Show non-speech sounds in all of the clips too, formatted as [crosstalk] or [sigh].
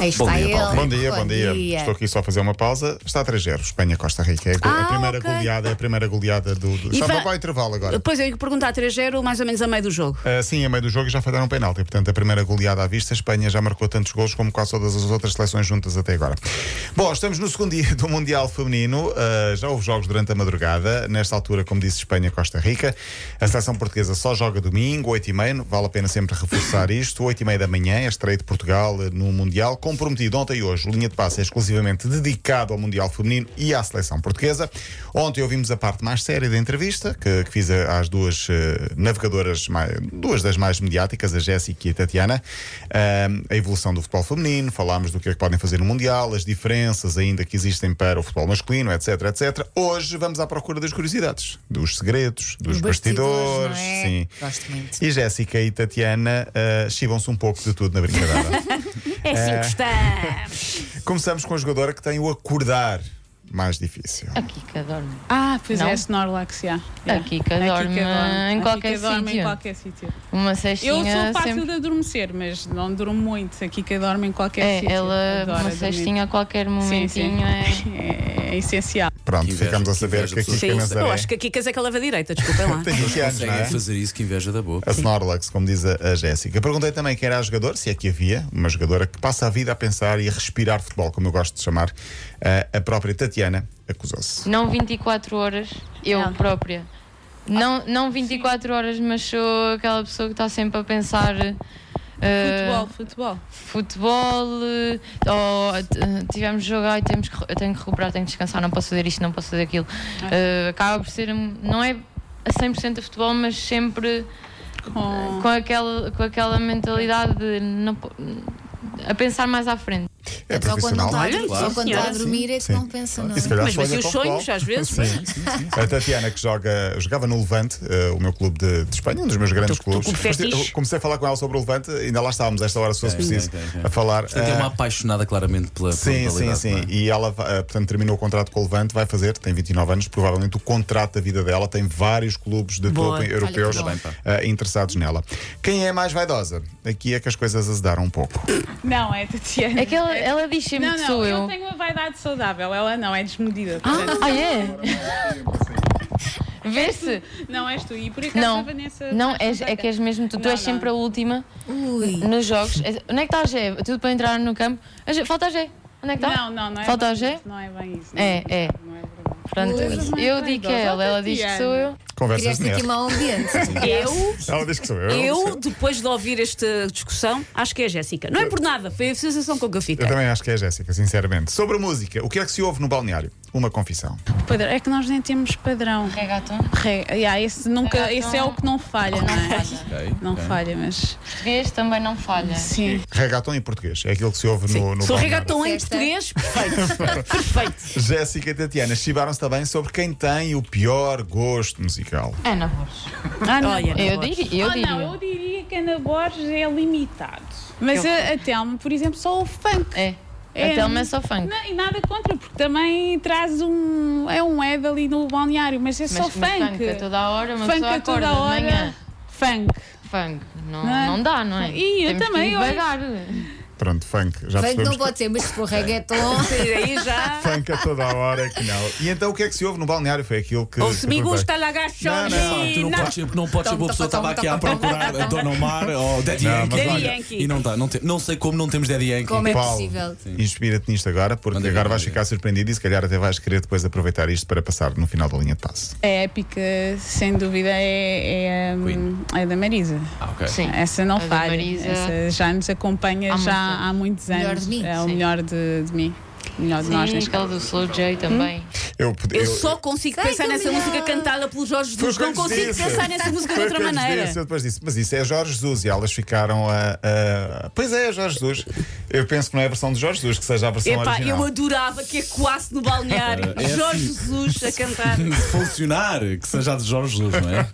Aí Bom está dia, ele. Paulo. Bom dia, bom dia. Estou aqui só a fazer uma pausa. Está a 3-0, Espanha-Costa Rica. É a go- Ah, a primeira ok. goleada, é a primeira goleada do. do... E Estava fa- para o intervalo agora. Depois eu ia perguntar 3-0, mais ou menos a meio do jogo. Ah, sim, a meio do jogo já faltaram um penalti. Portanto, a primeira goleada à vista, a Espanha já marcou tantos gols como quase todas as outras seleções juntas até agora. Bom, estamos no segundo dia do Mundial Feminino. Ah, já houve jogos durante a madrugada. Nesta altura, como disse, Espanha-Costa Rica. A seleção portuguesa só joga domingo, 8h30. Vale a pena sempre reforçar isto. 8h30 da manhã, a estreia de Portugal eh, no Mundial. Comprometido ontem e hoje, o linha de passe é exclusivamente dedicado ao Mundial Feminino e à seleção portuguesa. Ontem ouvimos a parte mais séria da entrevista que, que fiz a- às duas eh, navegadoras, mai- duas das mais mediáticas, a Jéssica e a Tatiana, Ahm, a evolução do futebol feminino, falámos do que é que podem fazer no Mundial, as diferenças ainda que existem para o futebol masculino, etc, etc. Hoje vamos à procura das curiosidades, dos segredos, dos Os bastidores. bastidores, não é? Sim. Gosto muito. E Jéssica e Tatiana ah, chibam-se um pouco de tudo na [laughs] brincadeira. É assim que estamos. Começamos com a jogadora que tem o acordar mais difícil. A Kika dorme. Ah, pois Não? é, Snorlax, já. A Kika dorme em A qualquer Kika dorme em sítio. qualquer sítio. Uma Eu cestinha sou fácil sempre. de adormecer, mas não durmo muito. A Kika dorme em qualquer É, sítio. ela, Adora uma dormir. cestinha a qualquer Sim, momentinho sim. é. É, é essencial. Pronto, Que inveja, ficamos a que saber inveja que a de pessoas Kika que Nazaré Eu acho que a Kikas é que lava direita, desculpem lá. [laughs] tem 20 anos, não Conseguem é? fazer isso que inveja da boa. A Snorlax, como diz a, a Jéssica. Perguntei também quem era a jogadora, se é que havia uma jogadora que passa a vida a pensar e a respirar futebol, como eu gosto de chamar. Ah, a própria Tatiana acusou-se. Não 24 horas, eu Não. própria. Não, não 24 horas, mas sou aquela pessoa que está sempre a pensar. eh, Futebol, futebol. futebol, eh, ou eh, tivemos jogo, ai, temos que, re- eu tenho que recuperar, tenho que descansar, não posso fazer isto, não posso fazer aquilo. Ah. Eh, acaba por ser, um- não é a 100% futebol, mas sempre Com... com aquela, com aquela mentalidade de não po- a pensar mais à frente. É Só quando profissional. não está a, Olha, dormir- claro, só só quando senhora, está a sim, dormir é que sim. não pensa, não E é? se calhar Mas, mas sonha e os com futebol. sonhos, às vezes? [laughs] A Tatiana que joga, jogava no Levante, eh, o meu clube de, de Espanha, um dos meus grandes Tu- tu clubes. confetes? Mas, eh, eu comecei a falar com ela sobre o Levante, ainda lá estávamos, esta hora, se fosse É, preciso, é, é, é. a falar. Portanto, é Ah, uma apaixonada claramente pela é? Sim, sim, sim. E ela, eh, portanto, terminou o contrato com o Levante, vai fazer, tem 29 anos, provavelmente o contrato da vida dela. Tem vários clubes de Boa. topo Olha europeus que bom. eh, interessados nela. Quem é a mais vaidosa? Aqui é que as coisas azedaram um pouco. Não, é Tatiana. É que ela, ela diz sempre Não, que não, sou eu eu. tenho uma vaidade saudável. Ela não, é desmedida. Ah, ah, é? é? Vê-se? Não és tu. E por acaso a Não, Vanessa. não faz és, é vaidade. que és mesmo tu. tu Não, és não. sempre a última Ui. nos jogos. É- Onde é que está a Gé? Tudo para entrar no campo. A Gé- falta a Gé. Onde é que está? Não, não, não é. Falta bem a Gé? isso, Não é bem isso. É, não é. Não é verdade. Pronto, Ui. eu digo que é ela, ela diz que sou eu. Conversas Criaste aqui nela. mau ambiente. Eu, Ela diz que sou eu. eu, depois de ouvir esta discussão, acho que é a Jéssica. Não é por nada, foi a sensação com que eu Eu fiquei. também acho que é a Jéssica, sinceramente. Sobre a música, o que é que se ouve no balneário? Uma confissão. Padrão. É que nós nem temos padrão. Regatão. Re... Yeah, esse, nunca, Regatão. esse é o que não falha, não é? Não falha, mas. Português também não falha. Sim. Regatão em português. É aquilo que se ouve no, no Sou balneário. regatão em Certa. português, [laughs] perfeito. perfeito. Jéssica e Tatiana chibaram-se também sobre quem tem o pior gosto musical. Ana Borges. Ah, não. Olha, Eu não diria. gosto. Eu Ah, diria. não, eu diria que Ana Borges é limitado. Mas a, a Telma, por exemplo, só o funk. É. É. A Telma é só funk. Não, e nada contra, porque também traz um. É um Ed ali no balneário, mas é Mas só mas funk. a toda hora, uma Funk pessoa a acorda toda de hora. manhã. Funk. Funk. Não, Não é? não dá, não é? E eu Temos também Que ir hoje. devagar. Pronto, funk. Já Bem que percebemos não pode ser, mas se for reggaeton, Aí já. Funk a toda a hora é que não. E então o que é que se ouve no balneário? Foi aquilo que. Ou se que me eu gusta perguntei. la Não, não, Tu não gachonina. podes ser, porque não podes ser uma Tom, pessoa que tom, estava aqui tom, à tom, procurar a Dona Omar ou Daddy Não, Yankee. mas Daddy olha, Yankee. E não dá, não, tem- não sei como não temos Daddy Yankee. como é Paulo. possível? Inspira-te nisto agora, porque Manda ver, agora vais manda ver. ficar surpreendido e se calhar até vais querer depois aproveitar isto para passar no final da linha de passe. É épica, sem dúvida, é, é, hum, é da Marisa. Ah, ok. Sim. Essa não A É da falha. Marisa. Essa já nos acompanha Há muito já tempo. há muitos Melhor anos. de mim, é o sim. melhor de, de mim. O melhor de nós, Sim, neste caso. aquela do Slow J também. Eu, pod- Eu só consigo Sei pensar que nessa não. música cantada pelo Jorge Foi o Jesus. que eu Não lhes consigo disse. pensar nessa música de Foi o que outra eu lhes maneira. disse, eu depois disse, mas isso é Jorge Jesus e elas ficaram a, a- Pois é, é Jorge Jesus. Eu penso que não é a versão de Jorge Jesus, que seja a versão Epá, eu original. adorava que ecoasse no balneário É assim. Jorge Jesus a cantar. Se funcionar, que seja a de Jorge Jesus, [laughs] não é?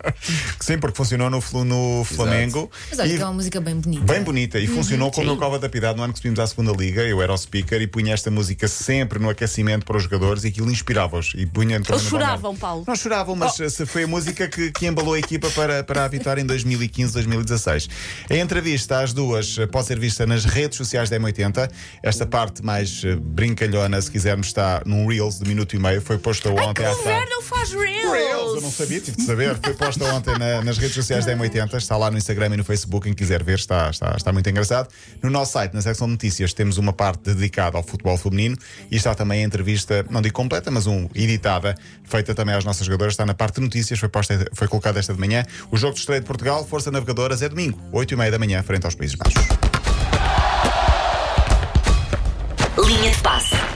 Sim, porque funcionou no, Flu- no Flamengo. Mas olha E- que é uma música bem bonita. Uhum. Bem bonita e funcionou como eu cova da Piedade no ano que subimos à segunda liga. Eu era o speaker e punha esta música música sempre no aquecimento para os jogadores e aquilo inspirava-os e punha Eles choravam, Oh. Paulo. Não choravam, mas eh, foi a música que, que embalou a equipa para, para a vitória em 2015, 2016. A entrevista às duas eh, pode ser vista nas redes sociais da M80. Esta parte mais eh, brincalhona, se quisermos, está num Reels de minuto e meio. Foi posta Ai, ontem que à tarde. governo faz reels! Eu não sabia, tive de saber. Foi posta ontem na- nas redes sociais da M80. Está lá no Instagram e no Facebook. Quem quiser ver, está, está, está muito engraçado. No nosso site, na secção de notícias, temos uma parte dedicada ao futebol feminino e está também a entrevista, não digo completa, mas um editada, feita também às nossas jogadoras. Está na parte de notícias, foi, posta, foi colocada esta de manhã. O jogo de estreia de Portugal, Força Navegadoras, é domingo, 8h30 da manhã, frente aos Países Baixos. Linha de passe.